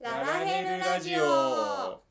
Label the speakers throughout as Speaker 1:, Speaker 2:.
Speaker 1: ネルラジオ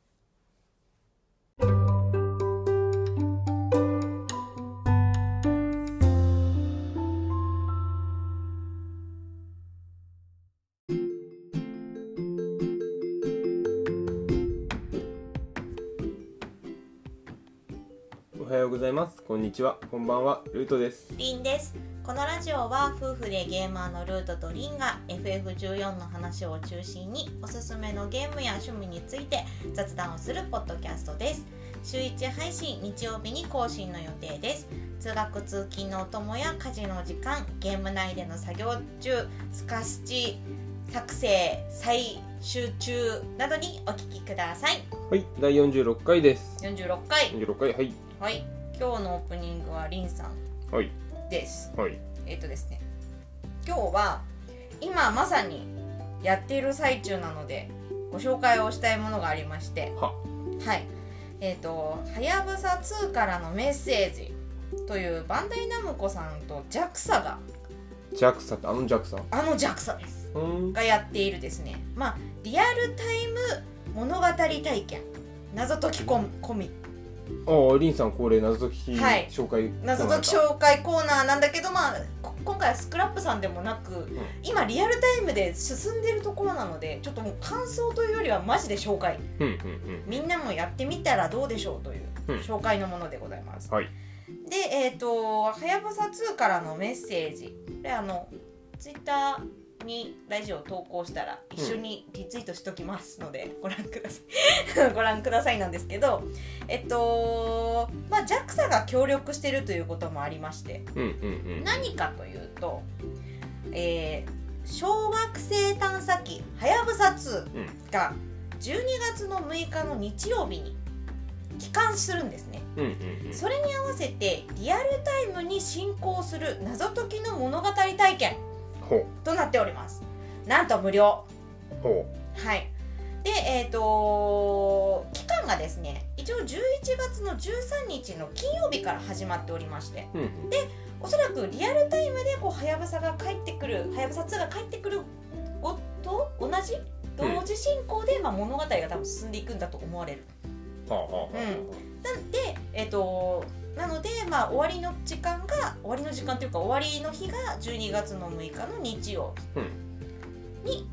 Speaker 2: おはようございますこんにちはこんばんはルートです
Speaker 1: リンですこのラジオは夫婦でゲーマーのルートとリンが FF14 の話を中心におすすめのゲームや趣味について雑談をするポッドキャストです週1配信日曜日に更新の予定です通学通勤のお供や家事の時間ゲーム内での作業中スカスチ作成再集中などにお聞きください
Speaker 2: はい第46回です
Speaker 1: 46回
Speaker 2: 46回はい
Speaker 1: はい今日のオープニングはリンさん
Speaker 2: はい
Speaker 1: です
Speaker 2: はい
Speaker 1: えっ、とですね今日は今まさにやっている最中なのでご紹介をしたいものがありまして
Speaker 2: は
Speaker 1: はいえっ、と「はやぶさ2からのメッセージ」というバンダイナムコさんと JAXA が
Speaker 2: ジャクサってあのジャクサ
Speaker 1: あの JAXA です
Speaker 2: うーん
Speaker 1: がやっているですねまあリアルタイム物語体験謎解きコミコミ
Speaker 2: ああリンさん恒例謎解き
Speaker 1: はい
Speaker 2: 紹介、
Speaker 1: 謎解き
Speaker 2: 紹
Speaker 1: 紹介コーナーなんだけどまあこ今回はスクラップさんでもなく、今リアルタイムで進んでるところなのでちょっともう感想というよりはマジで紹介
Speaker 2: うんうん
Speaker 1: みんなもやってみたらどうでしょうという
Speaker 2: うん
Speaker 1: 紹介のものでございます、
Speaker 2: はい
Speaker 1: でえっ、と「はやぶさ2」からのメッセージこれあのツイッターにラジオを投稿したら一緒にリツイートしときますので、ご覧ください ご覧くださいなんですけどえっとまあ JAXA が協力してるということもありまして
Speaker 2: うんうんうんうん
Speaker 1: 何かというと、えー小惑星探査機はやぶさ2が12月の6日の日曜日に帰還するんですね
Speaker 2: うんうんうん
Speaker 1: それに合わせてリアルタイムに進行する謎解きの物語体験
Speaker 2: ほ
Speaker 1: となっておりますなんと無料
Speaker 2: うほ
Speaker 1: はいでえっ、と期間がですね一応11月の13日の金曜日から始まっておりまして
Speaker 2: ううん
Speaker 1: おそらくリアルタイムでこうはやぶさが帰ってくるはやぶさ2が帰ってくるごと同じ同時進行で、まあ、物語が多分進んでいくんだと思われる
Speaker 2: はあはあはあ
Speaker 1: なんでえっ、となので、まあ、終わりの時間が終わりの時間というか終わりの日が12月の6日の日曜
Speaker 2: うん
Speaker 1: 日に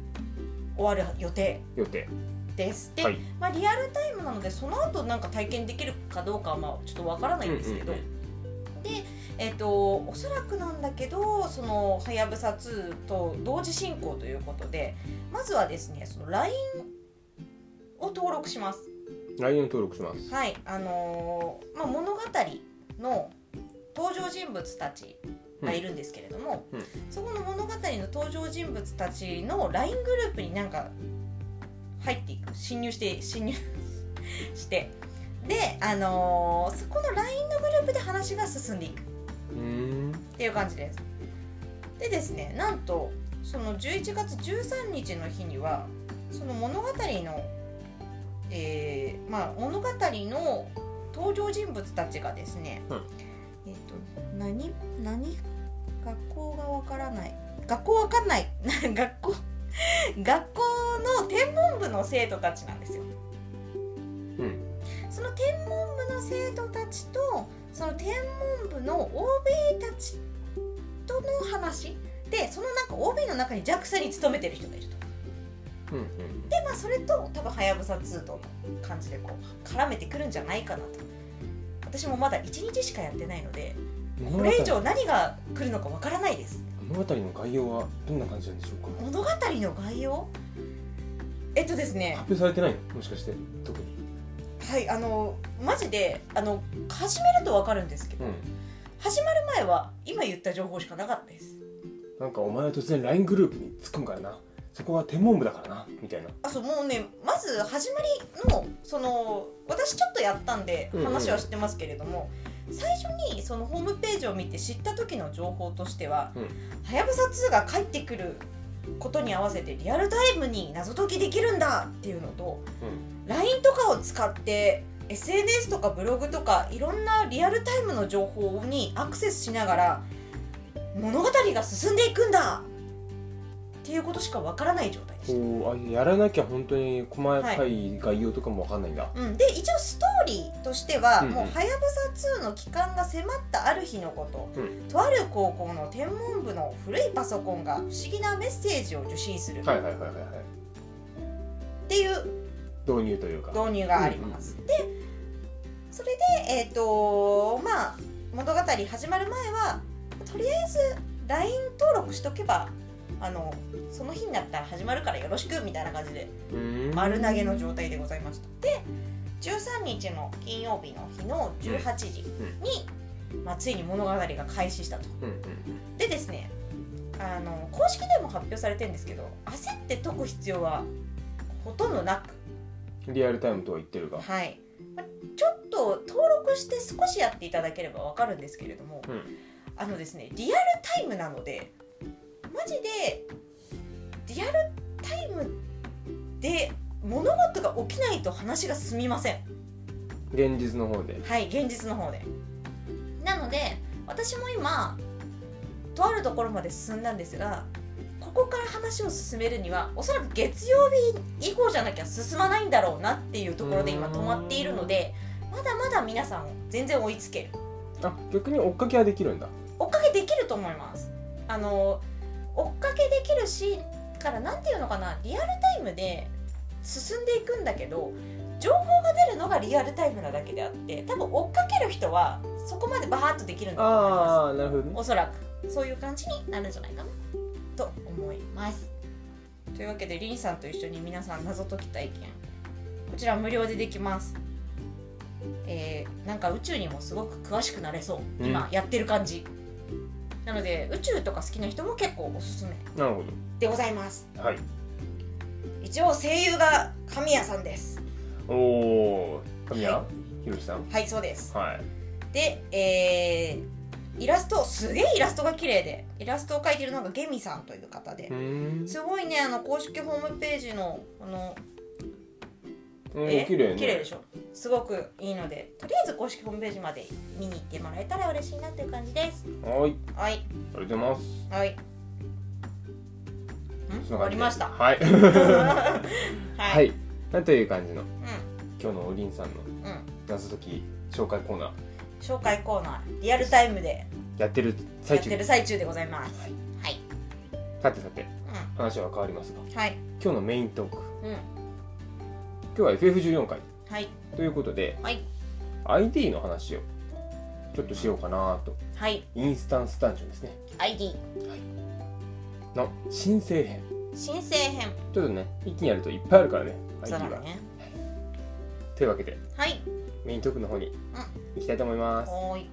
Speaker 1: 終わる予定
Speaker 2: 予定
Speaker 1: ですで、
Speaker 2: はい
Speaker 1: まあ、リアルタイムなのでその後なんか体験できるかどうかはまあちょっとわからないんですけど、
Speaker 2: うんう
Speaker 1: で、えっとおそらくなんだけどその「はやぶさ2」と同時進行ということでまずはですねその LINE を登録します。
Speaker 2: LINE を登録します
Speaker 1: はいあのーまあ、物語の登場人物たちがいるんですけれども、
Speaker 2: うんうん
Speaker 1: そこの物語の登場人物たちの LINE グループになんか入っていく侵入して侵入してで、あのーそこの LINE のグループで話が進んでいくっ
Speaker 2: うーん
Speaker 1: ていう感じです。でですねなんとその11月13日の日にはその物語の、えーまあ、物語の登場人物たちがですね、
Speaker 2: うん
Speaker 1: えっ、と何何学校がわからない学校わかんない 学校学校の天文部の生徒たちなんですよ。
Speaker 2: うん
Speaker 1: その天文部の生徒たちとその天文部の OB たちとの話でそのなんか OB の中に JAXA に勤めてる人がいると。
Speaker 2: うんうん
Speaker 1: でまあそれと多分はやぶさ2との感じでこう絡めてくるんじゃないかなと私もまだ1日しかやってないのでこれ以上何が来るのかわからないです
Speaker 2: 物語の概要はどんな感じなんでしょうか
Speaker 1: 物語の概要えっとですね
Speaker 2: 発表されてないのもしかして特に
Speaker 1: はいあのマジであの始めるとわかるんですけど、
Speaker 2: うん
Speaker 1: 始まる前は今言った情報しかなかったです
Speaker 2: なんかお前は突然 LINE グループに突っ込むからなそこは天文部だからなみたいな
Speaker 1: あそうもうねまず始まりのその私ちょっとやったんで
Speaker 2: うんうん
Speaker 1: 話は知ってますけれども、最初にそのホームページを見て知った時の情報としては
Speaker 2: うん
Speaker 1: 「はやぶさ2」が帰ってくることに合わせてリアルタイムに謎解きできるんだっていうのと、LINE とかを使って。SNS とかブログとかいろんなリアルタイムの情報にアクセスしながら物語が進んでいくんだっっていうことしかわからない状態でした、
Speaker 2: おーあやらなきゃ本当に細かい概要とかもわかんないんだ、
Speaker 1: うん、で一応ストーリーとしては、
Speaker 2: うんうん
Speaker 1: もう「はやぶさ2」の期間が迫ったある日のこと、
Speaker 2: うん
Speaker 1: とある高校の天文部の古いパソコンが不思議なメッセージを受信するっ
Speaker 2: はいはいはいはいはい
Speaker 1: ていう
Speaker 2: 導入というか
Speaker 1: 導入があります、でそれでえっ、とまあ物語始まる前はとりあえず LINE 登録しとけばあのその日になったら始まるからよろしくみたいな感じで
Speaker 2: うーん
Speaker 1: 丸投げの状態でございましたで13日の金曜日の日の18時に、まあ、ついに物語が開始したと
Speaker 2: うんうん
Speaker 1: でですねあの公式でも発表されてるんですけど焦って解く必要はほとんどなく
Speaker 2: うんリアルタイムとは言ってるが
Speaker 1: はいまあちょっと登録して少しやっていただければわかるんですけれども、
Speaker 2: うん
Speaker 1: あのですねリアルタイムなのでマジでリアルタイムで物事が起きないと話が進みません
Speaker 2: 現実の方で
Speaker 1: はい現実の方でなので私も今とあるところまで進んだんですがここから話を進めるにはおそらく月曜日以降じゃなきゃ進まないんだろうなっていうところで今止まっているのでまだまだ皆さんを全然追いつける
Speaker 2: あ逆に追っかけはできるんだ
Speaker 1: 追っかけできると思いますあの追っかけできるしからなんていうのかなリアルタイムで進んでいくんだけど情報が出るのがリアルタイムなだけであって多分追っかける人はそこまでバーッとできるんだと思いま
Speaker 2: ああなるほど
Speaker 1: す
Speaker 2: ね
Speaker 1: おそらくそういう感じになるんじゃないかなと思いますというわけでりんさんと一緒に皆さん謎解き体験こちら無料でできますえーなんか宇宙にもすごく詳しくなれそう今
Speaker 2: う
Speaker 1: やってる感じ、なので宇宙とか好きな人も結構おすすめ
Speaker 2: なるほ
Speaker 1: でございます
Speaker 2: どはい
Speaker 1: 一応声優が神谷さんです
Speaker 2: おお神谷
Speaker 1: は
Speaker 2: ひろしさん
Speaker 1: はいそうです
Speaker 2: はい
Speaker 1: でえーイラストすげえイラストが綺麗でイラストを描いてるのがゲミさんという方で
Speaker 2: うーん
Speaker 1: すごいねあの公式ホームページのあの
Speaker 2: うん
Speaker 1: え
Speaker 2: 綺麗ね
Speaker 1: 綺麗でしょすごくいいのでとりあえず公式ホームページまで見に行ってもらえたら嬉しいなっていう感じです
Speaker 2: はい
Speaker 1: はい
Speaker 2: ありがとうございます
Speaker 1: はいん
Speaker 2: そ
Speaker 1: 終
Speaker 2: んな
Speaker 1: わ
Speaker 2: 感
Speaker 1: り
Speaker 2: じで
Speaker 1: ました
Speaker 2: はい
Speaker 1: は、
Speaker 2: はいいなんという感じの
Speaker 1: う
Speaker 2: 今日のおりんさんの
Speaker 1: んうん、
Speaker 2: 謎解き紹介コーナー
Speaker 1: 紹介コーナーリアルタイムで
Speaker 2: やってる
Speaker 1: や
Speaker 2: 最
Speaker 1: って
Speaker 2: 中
Speaker 1: る最中でございます
Speaker 2: は
Speaker 1: はいいはい、
Speaker 2: さてさて話は変わりますが
Speaker 1: うん、はい
Speaker 2: 今日のメイントーク
Speaker 1: うん
Speaker 2: 今日は FF14 回
Speaker 1: はい
Speaker 2: ということで
Speaker 1: はい
Speaker 2: ID の話をちょっとしようかなと
Speaker 1: はい
Speaker 2: インスタンスダンジョンですね
Speaker 1: ID
Speaker 2: の申請編
Speaker 1: 申請編
Speaker 2: ちょっとね一気にやるといっぱいあるからね ID
Speaker 1: そうだ
Speaker 2: は、
Speaker 1: ね
Speaker 2: というわけで
Speaker 1: はい
Speaker 2: メイントークの方に行きたいと思います、
Speaker 1: おーい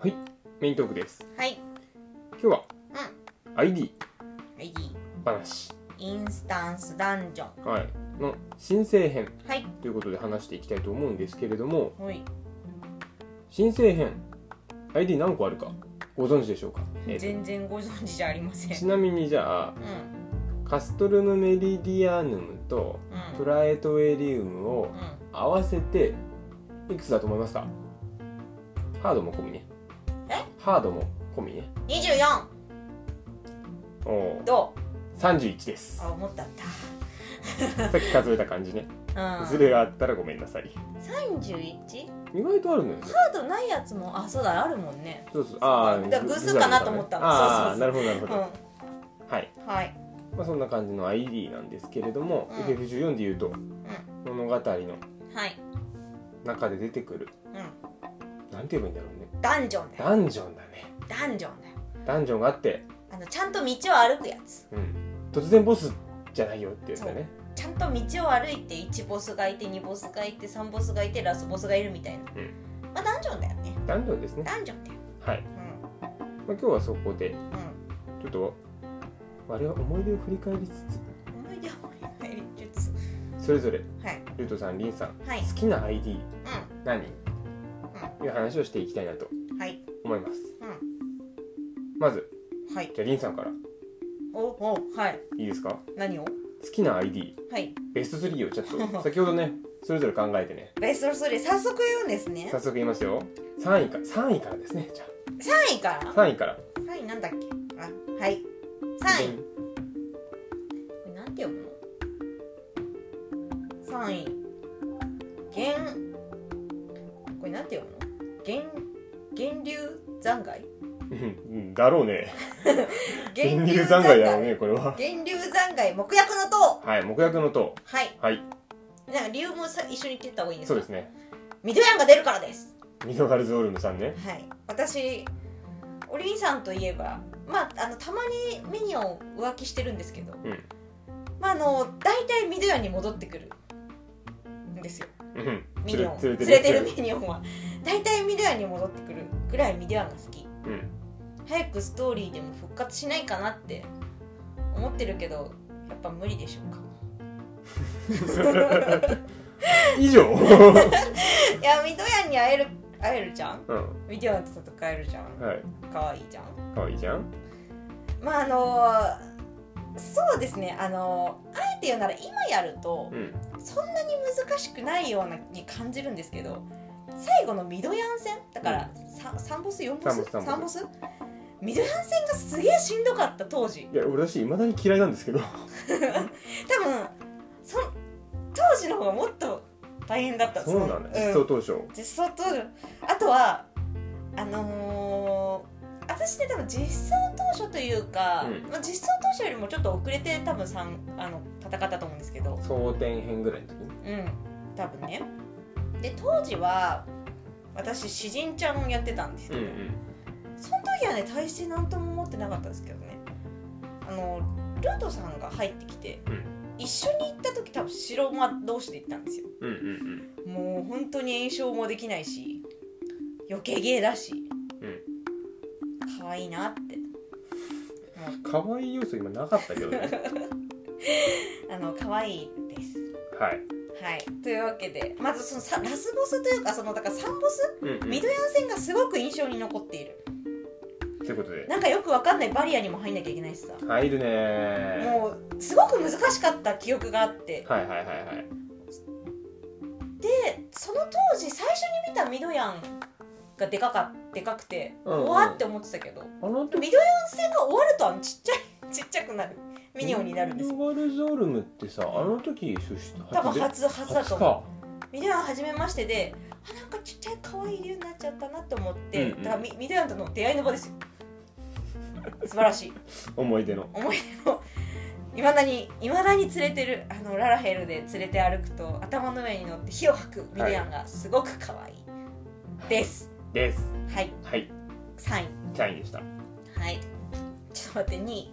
Speaker 2: はいメイントークです
Speaker 1: はい
Speaker 2: 今日は ID
Speaker 1: ID
Speaker 2: 話
Speaker 1: インスタンスダンジョン
Speaker 2: はいの申請編
Speaker 1: はい
Speaker 2: ということで話していきたいと思うんですけれども
Speaker 1: はい
Speaker 2: 申請編 ID 何個あるかご存知でしょうか、えーと
Speaker 1: 全然ご存知じゃありませ
Speaker 2: ち
Speaker 1: ん
Speaker 2: なみにじゃ
Speaker 1: う
Speaker 2: あ
Speaker 1: んうん
Speaker 2: カストルムメリディアヌムとプラエトエリウムを
Speaker 1: う
Speaker 2: 合わせていくつだと思いますかハードも込みね
Speaker 1: え
Speaker 2: ハードも込みね
Speaker 1: ん24
Speaker 2: おお
Speaker 1: どう
Speaker 2: 31です
Speaker 1: あ思ったあっ
Speaker 2: さっき数えた感じね
Speaker 1: たうん
Speaker 2: ズレがあったらごめんなさい
Speaker 1: 31?
Speaker 2: 意外とあるのよね
Speaker 1: カードないやつもあそうだあるもんね
Speaker 2: そうそうああ
Speaker 1: だから偶数かなと思ったの
Speaker 2: ああ
Speaker 1: そ
Speaker 2: なるほどなる
Speaker 1: う
Speaker 2: ほ
Speaker 1: ん
Speaker 2: ど、はい、
Speaker 1: はい
Speaker 2: まあ、そんな感じの ID なんですけれども、
Speaker 1: うん
Speaker 2: FF14 で言うと
Speaker 1: う
Speaker 2: 物
Speaker 1: ん
Speaker 2: 語の
Speaker 1: はい
Speaker 2: 中で出てくる
Speaker 1: う
Speaker 2: なんて言えばいいんだろうね
Speaker 1: んダンジョンだよ
Speaker 2: ダンジョンだね
Speaker 1: ダンジョンだよ
Speaker 2: ダンジョンがあって、
Speaker 1: あのちゃんと道を歩くやつ
Speaker 2: うん、突然ボスじゃないよってやつだね
Speaker 1: ちゃんと道を歩いて1ボスがいて2ボスがいて3ボスがいてラスボスがいるみたいな、
Speaker 2: うん
Speaker 1: まあダンジョンだよね
Speaker 2: ダンジョンですね
Speaker 1: ダンジョンだよ
Speaker 2: はい、まあ、今日はそこで
Speaker 1: う
Speaker 2: ちょっと我々は思い出を振り返りつ
Speaker 1: んうん思い出を振り返り術
Speaker 2: つそれぞれ
Speaker 1: はい
Speaker 2: ルートさんリンさん
Speaker 1: はい
Speaker 2: 好きな ID 何、いう話をしていきたいなと
Speaker 1: うんはい
Speaker 2: 思います、
Speaker 1: う
Speaker 2: まず
Speaker 1: はい
Speaker 2: じゃあリンさんから
Speaker 1: おおはい
Speaker 2: いいですか
Speaker 1: 何を
Speaker 2: 好きな ID
Speaker 1: はい
Speaker 2: ベスト3をちょっ と先ほどねそれぞれ考えてね
Speaker 1: ベスト3早速言うんですね
Speaker 2: 早速言いますよ3位か3位からですねじゃ
Speaker 1: 3位から
Speaker 2: あ3位から
Speaker 1: 3位なんだっけあはい3位これなんて読むの ?3 位原これなんて読むの源源流残骸
Speaker 2: うんだろうね金流残骸だろうねこれは
Speaker 1: 源流残骸木薬の塔
Speaker 2: はい木薬の塔
Speaker 1: はい
Speaker 2: はい
Speaker 1: なんか理由もさ一緒に言ってった方がいいんです
Speaker 2: そう
Speaker 1: か
Speaker 2: ですね
Speaker 1: ミドヤンが出るからです
Speaker 2: ミドガルズオルムさんね
Speaker 1: はい私おりんさんといえばまああのたまにミニオン浮気してるんですけど、
Speaker 2: うん
Speaker 1: まああの大体ミドヤンに戻ってくるんですよ
Speaker 2: うん
Speaker 1: ミニオン連れ
Speaker 2: 連
Speaker 1: てる
Speaker 2: 連れ
Speaker 1: ミニオンは大体ミドヤンに戻ってくるぐらいミドヤンが好き
Speaker 2: うん
Speaker 1: 早くストーリーでも復活しないかなって思ってるけどやっぱ無理でしょうか
Speaker 2: 以上
Speaker 1: いやミドヤンに会える会えるじゃん
Speaker 2: うん
Speaker 1: ミドヤンと戦えるじゃん
Speaker 2: はい
Speaker 1: 可愛いじゃん
Speaker 2: 可愛いじゃん
Speaker 1: まああのそうですねあのあえて言うなら今やると
Speaker 2: うん
Speaker 1: そんなに難しくないようなに感じるんですけど最後のミドヤン戦だから、さ三 3, ボス4ボス
Speaker 2: 三ボス三ボ
Speaker 1: スミドヤン戦がすげえしんどかった当時
Speaker 2: いや俺私いまだに嫌いなんですけど
Speaker 1: 多分そ当時の方がもっと大変だった
Speaker 2: そうなんだ実装当初
Speaker 1: 実装当初あとはあのー私ね多分実装当初というか、
Speaker 2: うん
Speaker 1: まあ、実装当初よりもちょっと遅れて多分さんあの戦ったと思うんですけど
Speaker 2: 争点編ぐらいの時に
Speaker 1: うん多分ねで当時は私詩人ちゃんをやってたんですけど、その時はね大して何とも思ってなかったですけどねあのルートさんが入ってきて、
Speaker 2: うん
Speaker 1: 一緒に行った時多分白馬同士で行ったんですよ
Speaker 2: うんうんうん
Speaker 1: もう本当に炎症もできないし余計ゲーだし、可愛いなって
Speaker 2: うん可愛い要素今なかったけ どね
Speaker 1: あの可愛いです
Speaker 2: はい
Speaker 1: はいというわけでまずそのさラスボスというかそのだから3ボス
Speaker 2: うんうん
Speaker 1: ミドヤン戦がすごく印象に残っている
Speaker 2: ということで
Speaker 1: なんかよくわかんないバリアにも入んなきゃいけないしさ
Speaker 2: 入るねー
Speaker 1: もうすごく難しかった記憶があって
Speaker 2: はいはいはいはい
Speaker 1: でその当時最初に見たミドヤンがでかかでかくて
Speaker 2: うんうん
Speaker 1: 怖って思ってたけど、
Speaker 2: あの時
Speaker 1: ミドヤン戦が終わるとあのちっちゃいちっちゃくなるミニオンになるんですよ
Speaker 2: ミドガルゾールムってさあの時出身
Speaker 1: 多分
Speaker 2: で
Speaker 1: 初初だと
Speaker 2: 初
Speaker 1: 思う
Speaker 2: か
Speaker 1: ミドヤン初めましてであなんかちっちゃい可愛い竜になっちゃったなと思って、
Speaker 2: うんうん
Speaker 1: だからミミドヤンとの出会いの場ですよ素晴らしい
Speaker 2: 思い出の
Speaker 1: 思い出のいまだにいまだに連れてるあのララヘルで連れて歩くと頭の上に乗って火を吐くミドヤンがすごく可愛いです
Speaker 2: です
Speaker 1: はい
Speaker 2: はい
Speaker 1: 3位
Speaker 2: 3位でした
Speaker 1: はいちょっと待って2位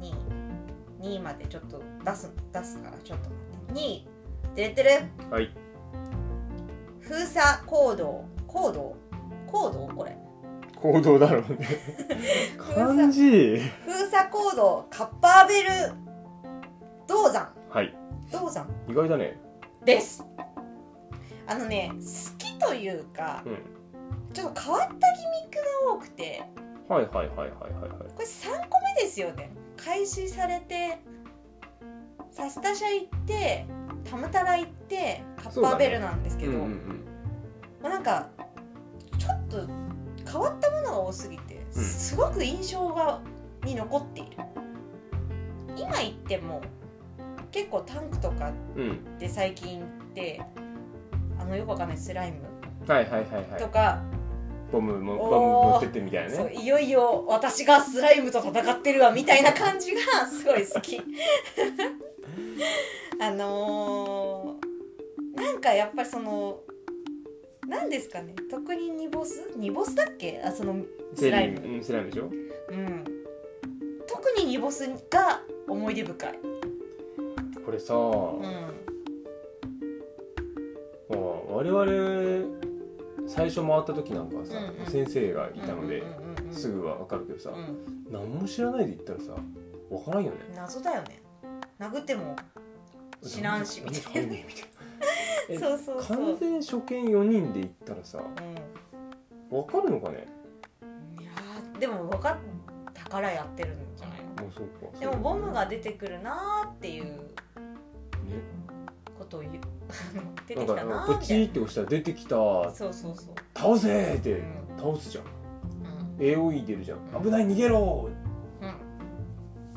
Speaker 1: 2位2位までちょっと出す出すからちょっと待って2位出てる
Speaker 2: はい
Speaker 1: 封鎖行動行動行動これ
Speaker 2: 行動だろう ね漢字
Speaker 1: 封鎖行動カッパーベル銅山
Speaker 2: はい
Speaker 1: 銅山
Speaker 2: 意外だね
Speaker 1: ですあのね好きというか
Speaker 2: うん
Speaker 1: ちょっと変わったギミックが多くて
Speaker 2: はいはいはいはいはいはい
Speaker 1: これ3個目ですよね開始されてサスタ社行ってタムタラ行ってカッパーベルなんですけど、
Speaker 2: うんうんうん
Speaker 1: まあ、なんかちょっと変わったものが多すぎて
Speaker 2: うん
Speaker 1: すごく印象がに残っている今行っても結構タンクとか
Speaker 2: うん
Speaker 1: で最近行ってあのよくわかんないスライム
Speaker 2: はいはいはいは
Speaker 1: と
Speaker 2: い
Speaker 1: か、
Speaker 2: ボムも
Speaker 1: おー
Speaker 2: ボム持ってってみたいな
Speaker 1: そう
Speaker 2: ね
Speaker 1: いよいよ私がスライムと戦ってるわみたいな感じがすごい好き あのーなんかやっぱりその何ですかね特に2ボス2ボスだっけあそのスライム
Speaker 2: ゼリーうんスライムでしょ
Speaker 1: うん特に2ボスが思い出深い、
Speaker 2: これさ、
Speaker 1: うん、うん
Speaker 2: まあ我々最初回った時なんかはさ、
Speaker 1: うんうん
Speaker 2: 先生がいたので、
Speaker 1: うんうんうん
Speaker 2: すぐは分かるけどさ、
Speaker 1: うん、
Speaker 2: 何も知らないで行ったらさ分からんよね
Speaker 1: 謎だよね殴っても知らんしみた いな
Speaker 2: みたいなえ
Speaker 1: そうそうそう、
Speaker 2: 完全初見4人で行ったらさ
Speaker 1: うん
Speaker 2: 分かるのかね
Speaker 1: いやでも分かったからやってるんじゃないの
Speaker 2: あそうか
Speaker 1: でもボムが出てくるなーっていう
Speaker 2: ね
Speaker 1: ことを言う 出て
Speaker 2: な
Speaker 1: き
Speaker 2: んか
Speaker 1: たなー
Speaker 2: ポ
Speaker 1: み
Speaker 2: チ
Speaker 1: たい
Speaker 2: ーって押したら出てきた
Speaker 1: なそうそうそう、
Speaker 2: 倒せーっ
Speaker 1: う
Speaker 2: て
Speaker 1: ん
Speaker 2: 倒すじゃん
Speaker 1: うん
Speaker 2: 絵をいてるじゃん危ない逃げろ
Speaker 1: う
Speaker 2: ーっ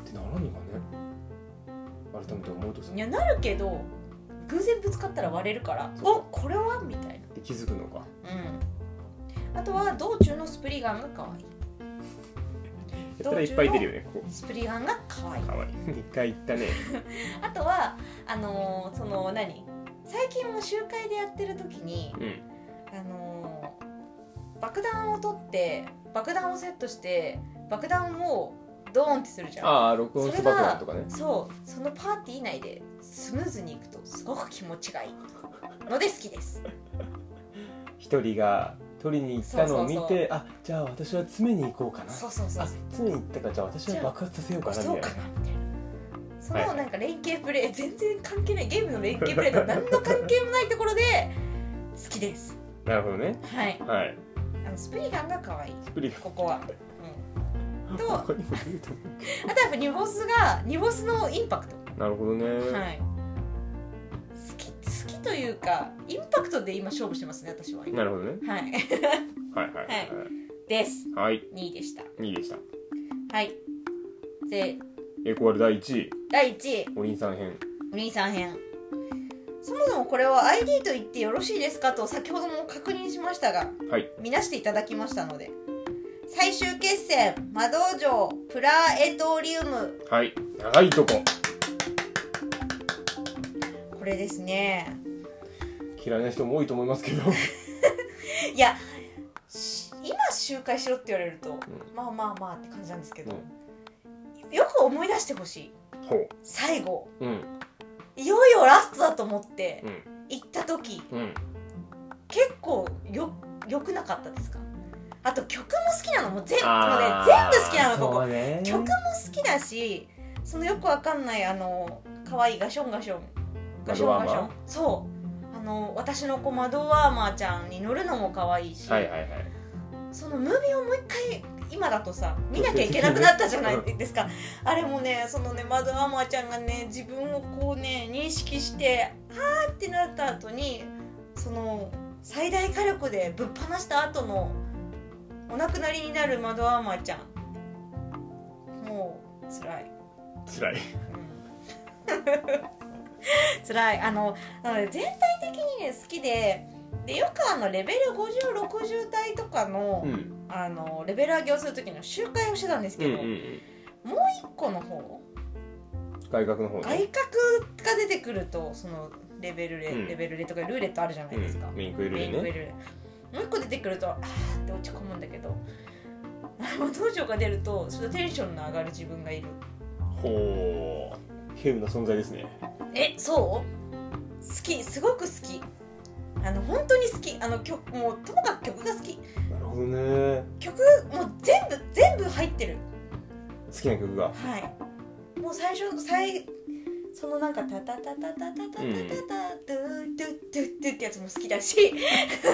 Speaker 2: てならんのかね改めて思うとさ
Speaker 1: ん、いやなるけど偶然ぶつかったら割れるから
Speaker 2: そう
Speaker 1: おこれはみたい
Speaker 2: で気づくのか
Speaker 1: な、うん、あとは道中のスプリガンが可愛い
Speaker 2: やったらいっぱい出るよねここ
Speaker 1: スプリガンが可愛い
Speaker 2: かわいい 一回行ったね
Speaker 1: あとはあのーその何最近も集会でやってる時に
Speaker 2: うん
Speaker 1: あのー爆弾を取って爆弾をセットして爆弾をドーンってするじゃん
Speaker 2: ああ録音ス爆弾とかね
Speaker 1: そうそのパーティー内でスムーズにいくとすごく気持ちがいいので好きです
Speaker 2: 一人が取りに行ったのを見て
Speaker 1: そうそう
Speaker 2: あじゃあ私は詰めに行こうかな
Speaker 1: そうそうそう
Speaker 2: あ
Speaker 1: そう
Speaker 2: 詰めに行ったからじゃあ私は爆発させようかなみた
Speaker 1: そ
Speaker 2: いうな
Speaker 1: かなみたいなそ
Speaker 2: はいは
Speaker 1: の
Speaker 2: い
Speaker 1: なんか連携プレー全然関係ないゲームの連携プレーと何の関係もないところで好きです
Speaker 2: なるほどね
Speaker 1: はい
Speaker 2: はい
Speaker 1: あのスプリガンが可愛い
Speaker 2: スプリガ
Speaker 1: ここは、うん、とあ
Speaker 2: ここにも出ると思
Speaker 1: とやっぱニボスがニボスのインパクト
Speaker 2: うなるほどね、
Speaker 1: はい好き好きというかインパクトで今勝負してますね私は今
Speaker 2: なるほどね
Speaker 1: はい
Speaker 2: はいはい
Speaker 1: です
Speaker 2: はい、はい、
Speaker 1: 2位でした
Speaker 2: 2位でした
Speaker 1: はいで
Speaker 2: エコール第1位
Speaker 1: 第1位
Speaker 2: お兄さん編
Speaker 1: お兄さん編そもそもこれは ID と言ってよろしいですかと先ほども確認しましたが
Speaker 2: はい
Speaker 1: 見なしていただきましたので最終決戦魔道場プラエトリウム
Speaker 2: はい長いとこ
Speaker 1: これですね
Speaker 2: 嫌いな人も多いと思いますけど
Speaker 1: いやし今集会しろって言われると、まあまあまあって感じなんですけど、よく思い出してほしい
Speaker 2: ほ
Speaker 1: 最後
Speaker 2: ううん
Speaker 1: いよいよラストだと思って
Speaker 2: うん
Speaker 1: 行った時
Speaker 2: うん
Speaker 1: 結構よよくなかったですかあと曲も好きなのもう全部もうね
Speaker 2: あー
Speaker 1: 全部好きなのここ、
Speaker 2: そうね
Speaker 1: 曲も好きだしそのよくわかんないあの可愛いガションガションガションガション
Speaker 2: 窓ワーマ
Speaker 1: そうあの私の子マドワーマーちゃんに乗るのも可愛いし、
Speaker 2: はいはいはい
Speaker 1: そのムービーをもう一回今だとさ見なきゃいけなくなったじゃないですかあれもねそのねマドアマーちゃんがね自分をこうね認識してあーってなった後にその最大火力でぶっ放した後のお亡くなりになるマドアマーちゃんもう辛い、
Speaker 2: 辛い
Speaker 1: うん、 辛いあのなので全体的にね好きででよくあのレベル5060代とかの、
Speaker 2: ん
Speaker 1: あのレベル上げをする時の集会をしてたんです
Speaker 2: うん
Speaker 1: け
Speaker 2: うん
Speaker 1: ど、
Speaker 2: う
Speaker 1: 1
Speaker 2: ん
Speaker 1: 個の方
Speaker 2: 外角の方ね
Speaker 1: 外角が出てくるとそのレベルレ、
Speaker 2: うん
Speaker 1: レベルレとかルーレットあるじゃないですか、
Speaker 2: うん、メインクエル
Speaker 1: メイ
Speaker 2: で
Speaker 1: ンレベ
Speaker 2: ね
Speaker 1: ルレもう1個出てくるとあーって落ち込むんだけど 道場が出るとちょっとテンションの上がる自分がいる
Speaker 2: ほう軽有な存在ですね
Speaker 1: えそう好きすごく好きあの本当に好きあの曲もうともかく曲が好き
Speaker 2: なるほどね
Speaker 1: 曲もう全部全部入ってる
Speaker 2: 好きな曲が
Speaker 1: はい。もう最初最そのなんかタタタタタタタタタド
Speaker 2: うん
Speaker 1: ゥドゥドゥドゥってやつも好きだし、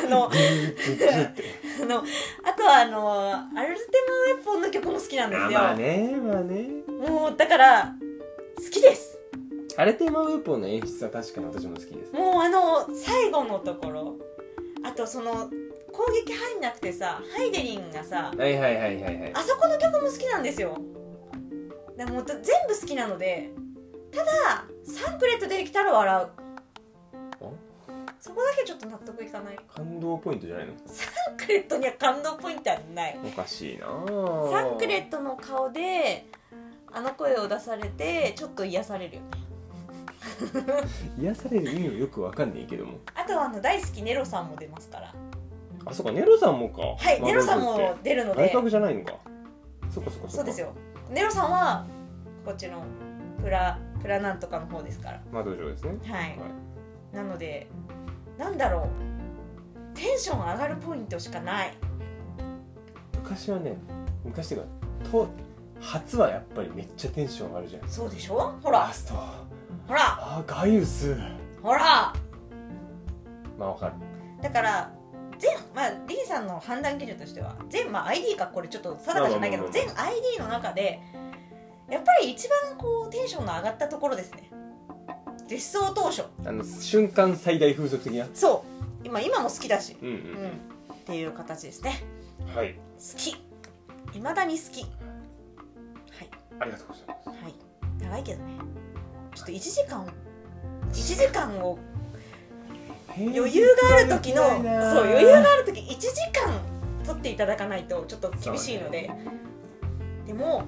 Speaker 1: あの
Speaker 2: グーッグーッて
Speaker 1: あのあとはあのアルテムウェポンの曲も好きなんですよ。
Speaker 2: まあねまあね
Speaker 1: もうだから好きです。
Speaker 2: アルテマウェポンの演出は確かに私も好きです
Speaker 1: もうあの最後のところ、あとその攻撃入んなくてさハイデリンがさ
Speaker 2: はいはいはいはいはい
Speaker 1: あそこの曲も好きなんですよでもう全部好きなのでただサンクレット出てきたら笑うそこだけちょっと納得いかない
Speaker 2: 感動ポイントじゃないの
Speaker 1: サンクレットには感動ポイントはない
Speaker 2: おかしいな
Speaker 1: サンクレ
Speaker 2: ッ
Speaker 1: ットの顔であの声を出されてちょっと癒されるよね
Speaker 2: 癒される意味はよくわかんないけども
Speaker 1: あとはあの大好きネロさんも出ますから
Speaker 2: あそうかネロさんもか
Speaker 1: はいネロさんも出るの
Speaker 2: 外
Speaker 1: で
Speaker 2: 角じゃないのかそっかそっかそっか
Speaker 1: そうですよネロさんはこっちのプラプラなんとかの方ですから
Speaker 2: 窓上ですね
Speaker 1: はいな
Speaker 2: は
Speaker 1: のでなんだろうテンション上がるポイントしかない
Speaker 2: 昔はね昔っていうかと初はやっぱりめっちゃテンション上がるじゃん
Speaker 1: そうでしょほ
Speaker 2: ラ
Speaker 1: ら
Speaker 2: スト
Speaker 1: ほら
Speaker 2: あガイウス
Speaker 1: ほら
Speaker 2: まあわかる
Speaker 1: だから全まあリンさんの判断基準としては全、まあ、ID かこれちょっと定かじゃないけど
Speaker 2: まあまあ
Speaker 1: 全 ID の中でやっぱり一番こうテンションが上がったところですね実装当初
Speaker 2: あの瞬間最大風速的な
Speaker 1: そう今今も好きだし、
Speaker 2: うんう
Speaker 1: うん、っていう形ですね
Speaker 2: んはい
Speaker 1: 好きいまだに好きは
Speaker 2: ありがとうございます
Speaker 1: いはい長いけどねちょっと1時間を1時間 を余裕がある時のそう余裕がある時1時間取っていただかないとちょっと厳しいので、でも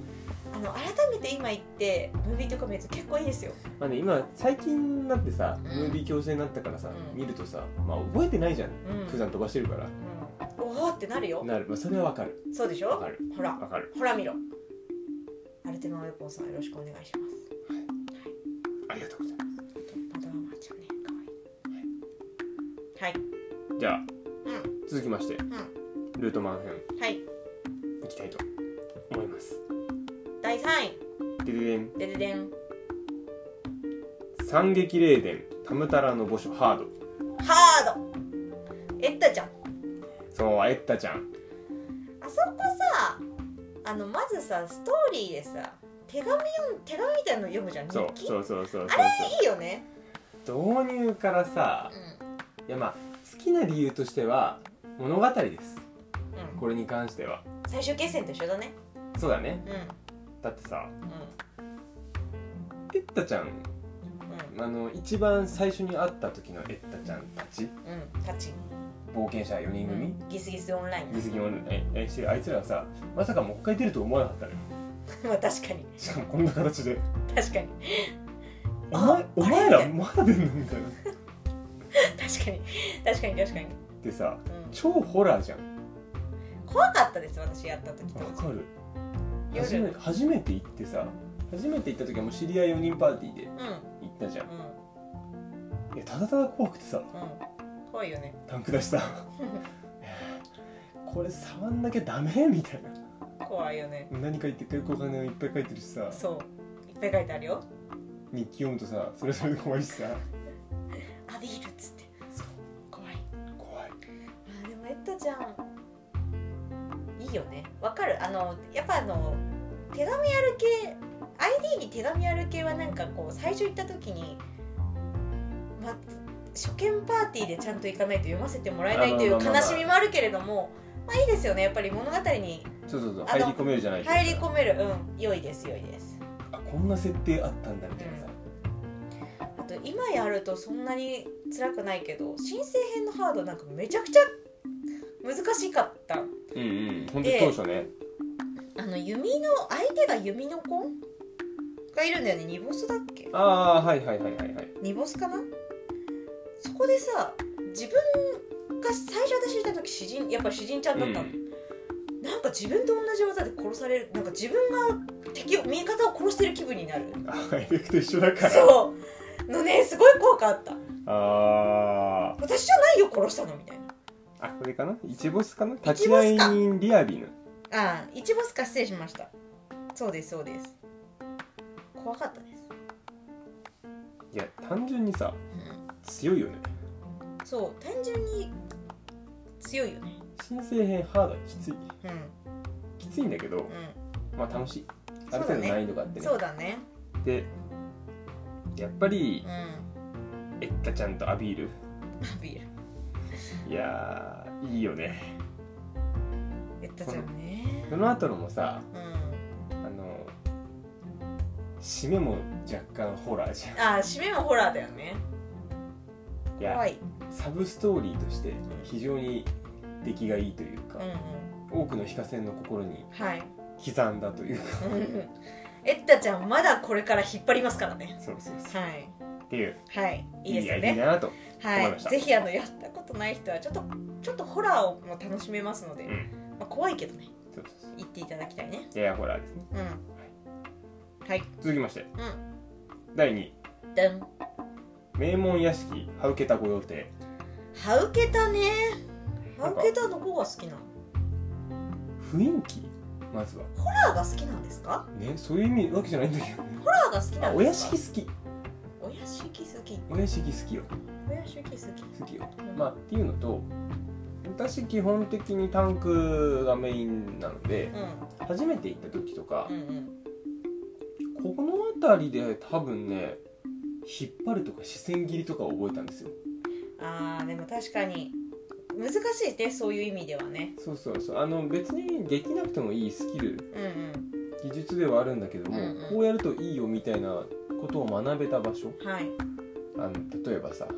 Speaker 1: あの改めて今言ってムービーとか見ると結構いいですよ
Speaker 2: まあね、今最近になってさ
Speaker 1: うん
Speaker 2: ムービー強制になったからさ、
Speaker 1: うん
Speaker 2: 見るとさ、まあ、覚えてないじゃん
Speaker 1: うん、
Speaker 2: 普段飛ばしてるから、
Speaker 1: うんおおってなるよ
Speaker 2: なる、まあ、それはわかる
Speaker 1: そうでし
Speaker 2: わ
Speaker 1: ょ
Speaker 2: かる
Speaker 1: ほら
Speaker 2: わかる
Speaker 1: ほら見ろアルテマウェポンさんよろしくお願いします
Speaker 2: ありがとうございま
Speaker 1: あとパドラマーちゃんねかわいいはい
Speaker 2: すじゃあ
Speaker 1: う
Speaker 2: 続きまして、ルートマン編
Speaker 1: んはい
Speaker 2: いきたいと思います
Speaker 1: 第3
Speaker 2: でででん
Speaker 1: 位でででん
Speaker 2: 三撃霊伝タムタラの墓所ハード
Speaker 1: ハードエッタちゃん
Speaker 2: そうエッタちゃん
Speaker 1: あそこさあのまずさストーリーでさ手紙読ん手紙みたいなの読むじゃん日
Speaker 2: そう
Speaker 1: 記
Speaker 2: そうそうそうそう
Speaker 1: あれいいよね、
Speaker 2: そう導入からさ
Speaker 1: う
Speaker 2: いやまあ好きな理由としては物語です
Speaker 1: んうん、
Speaker 2: これに関しては
Speaker 1: 最終決戦と一緒だね
Speaker 2: そうだね
Speaker 1: うんうん
Speaker 2: だってさエッタちゃ
Speaker 1: う
Speaker 2: んあの一番最初に会った時のエッタちゃんたち
Speaker 1: んうんタッチ、
Speaker 2: 冒険者4人組、
Speaker 1: ギスギスオンライン
Speaker 2: ギスギオンええしてるあいつらはさまさかもう一回出ると思わなかったのよ
Speaker 1: まあ確かに
Speaker 2: しかもこんな形で
Speaker 1: 確かに
Speaker 2: 「お
Speaker 1: あ
Speaker 2: 前お前
Speaker 1: あれ
Speaker 2: らまだ出んの?」みたいな
Speaker 1: 確かに確かに確かに、
Speaker 2: でさ
Speaker 1: うん
Speaker 2: 超ホラーじゃん
Speaker 1: 怖かったです私やった時と
Speaker 2: わかる
Speaker 1: 夜
Speaker 2: 初めて初めて行ってさ初めて行った時はもう知り合い4人パーティーで
Speaker 1: うんうん
Speaker 2: 行ったじゃんいやただただ怖くてさ
Speaker 1: うん怖いよね
Speaker 2: タンク出 したこれ触んなきゃダメみたいな
Speaker 1: 怖いよね
Speaker 2: 何か言ってくれるお金いっぱい書いてるしさ
Speaker 1: そういっぱい書いてあるよ
Speaker 2: 日記読むとさそれぞれで怖いしさ
Speaker 1: あビールっつって
Speaker 2: そう
Speaker 1: 怖い
Speaker 2: 怖い
Speaker 1: あでもエッタちゃんいいよねわかるあのやっぱあの手紙ある系 ID に手紙ある系はなんかこう最初行った時に、ま、初見パーティーでちゃんと行かないと読ませてもらえないという
Speaker 2: あまあまあま
Speaker 1: 悲
Speaker 2: あ
Speaker 1: しみもあるけれどもまあいいですよねやっぱり物語に
Speaker 2: そうそうそう
Speaker 1: あ
Speaker 2: 入
Speaker 1: の
Speaker 2: り込めるじゃない
Speaker 1: 入り込めるうん良いです良いです
Speaker 2: あこんな設定あったんだみたいなさ
Speaker 1: あと今やるとそんなに辛くないけど新生編のハードなんかめちゃくちゃ難しかった
Speaker 2: うんうん本当
Speaker 1: で
Speaker 2: に当初ね
Speaker 1: あの弓の相手が弓の子がいるんだよねニボスだっけ
Speaker 2: ああはいはいはいはいはい
Speaker 1: ニボスかなそこでさ自分が最初私いた時詩人やっぱ詩人ちゃんだったの、なんか自分と同じ技で殺されるなんか自分が敵を味方を殺してる気分になる
Speaker 2: あーエフェクト一緒だから
Speaker 1: そうのねすごい効果あった
Speaker 2: あ
Speaker 1: 私じゃないよ殺したのみたいな
Speaker 2: ーあこれかな一ボスかな
Speaker 1: ボス
Speaker 2: 立ち
Speaker 1: か
Speaker 2: 会い人リアビヌ
Speaker 1: ああ一ボス達成しましたそうですそうです怖かったです、
Speaker 2: いや単純にさ強いよね
Speaker 1: そう単純に強いよね
Speaker 2: 新生編ハードはきつい
Speaker 1: うん
Speaker 2: きついんだけど
Speaker 1: う
Speaker 2: まあ楽しいあ
Speaker 1: そう
Speaker 2: る
Speaker 1: だね
Speaker 2: 程度難易度があって
Speaker 1: ん、
Speaker 2: ね
Speaker 1: そうだね。
Speaker 2: でやっぱり
Speaker 1: うん。
Speaker 2: エッタちゃんとアビール
Speaker 1: ビール。
Speaker 2: いやーいいよね
Speaker 1: 言ったじゃんね。
Speaker 2: その後のもさ
Speaker 1: うん。
Speaker 2: あの締めも若干ホラーじゃん
Speaker 1: あ、締めもホラーだよね。
Speaker 2: いや
Speaker 1: 怖い。
Speaker 2: サブストーリーとして非常に出来がいいというか
Speaker 1: うん、うん。
Speaker 2: 多くの非課線の心に
Speaker 1: はい。
Speaker 2: 刻んだというか
Speaker 1: うんエッタちゃんまだこれから引っ張りますからね。
Speaker 2: そうそうそう
Speaker 1: はい。
Speaker 2: っていう
Speaker 1: はい。いいですよ
Speaker 2: アイデア
Speaker 1: ね。
Speaker 2: だなと、
Speaker 1: は
Speaker 2: 思いま
Speaker 1: い。
Speaker 2: した
Speaker 1: ぜひあのやったことない人はちょっとちょっとホラーをも楽しめますので、
Speaker 2: うん、
Speaker 1: まあ怖いけどね。
Speaker 2: そうそうそう
Speaker 1: 言っていただきたいね。
Speaker 2: いやいやホラーですね
Speaker 1: うん。はい。
Speaker 2: 続きまして
Speaker 1: うん。
Speaker 2: 第2位
Speaker 1: でん。
Speaker 2: 名門屋敷ハウケタ御用邸
Speaker 1: はうけたね。は
Speaker 2: なん
Speaker 1: う
Speaker 2: か
Speaker 1: けたの子が好きなの。
Speaker 2: 雰囲気まずは
Speaker 1: ホラーが好きなんですか？
Speaker 2: ねそういう意味わけじゃないんだけどね
Speaker 1: ホラーが好き
Speaker 2: あ
Speaker 1: なん
Speaker 2: お
Speaker 1: で
Speaker 2: 屋
Speaker 1: すか
Speaker 2: 敷？好き
Speaker 1: お屋敷好き
Speaker 2: お屋敷好きよ
Speaker 1: お屋敷好き
Speaker 2: 好きよまあっていうのと私基本的にタンクがメインなので
Speaker 1: う、ん
Speaker 2: 初めて行った時とか
Speaker 1: う、んうん
Speaker 2: ここの辺りで多分ね引っ張るとか視線切りとかを覚えたんですよ
Speaker 1: あーでも確かに難しいってそういう意味ではね
Speaker 2: そうそうそうあの別にできなくてもいいスキ
Speaker 1: う
Speaker 2: ル
Speaker 1: んうん
Speaker 2: 技術ではあるんだけども、
Speaker 1: うんうん
Speaker 2: こうやるといいよみたいなことを学べた場所
Speaker 1: はいうん
Speaker 2: あの例えばさ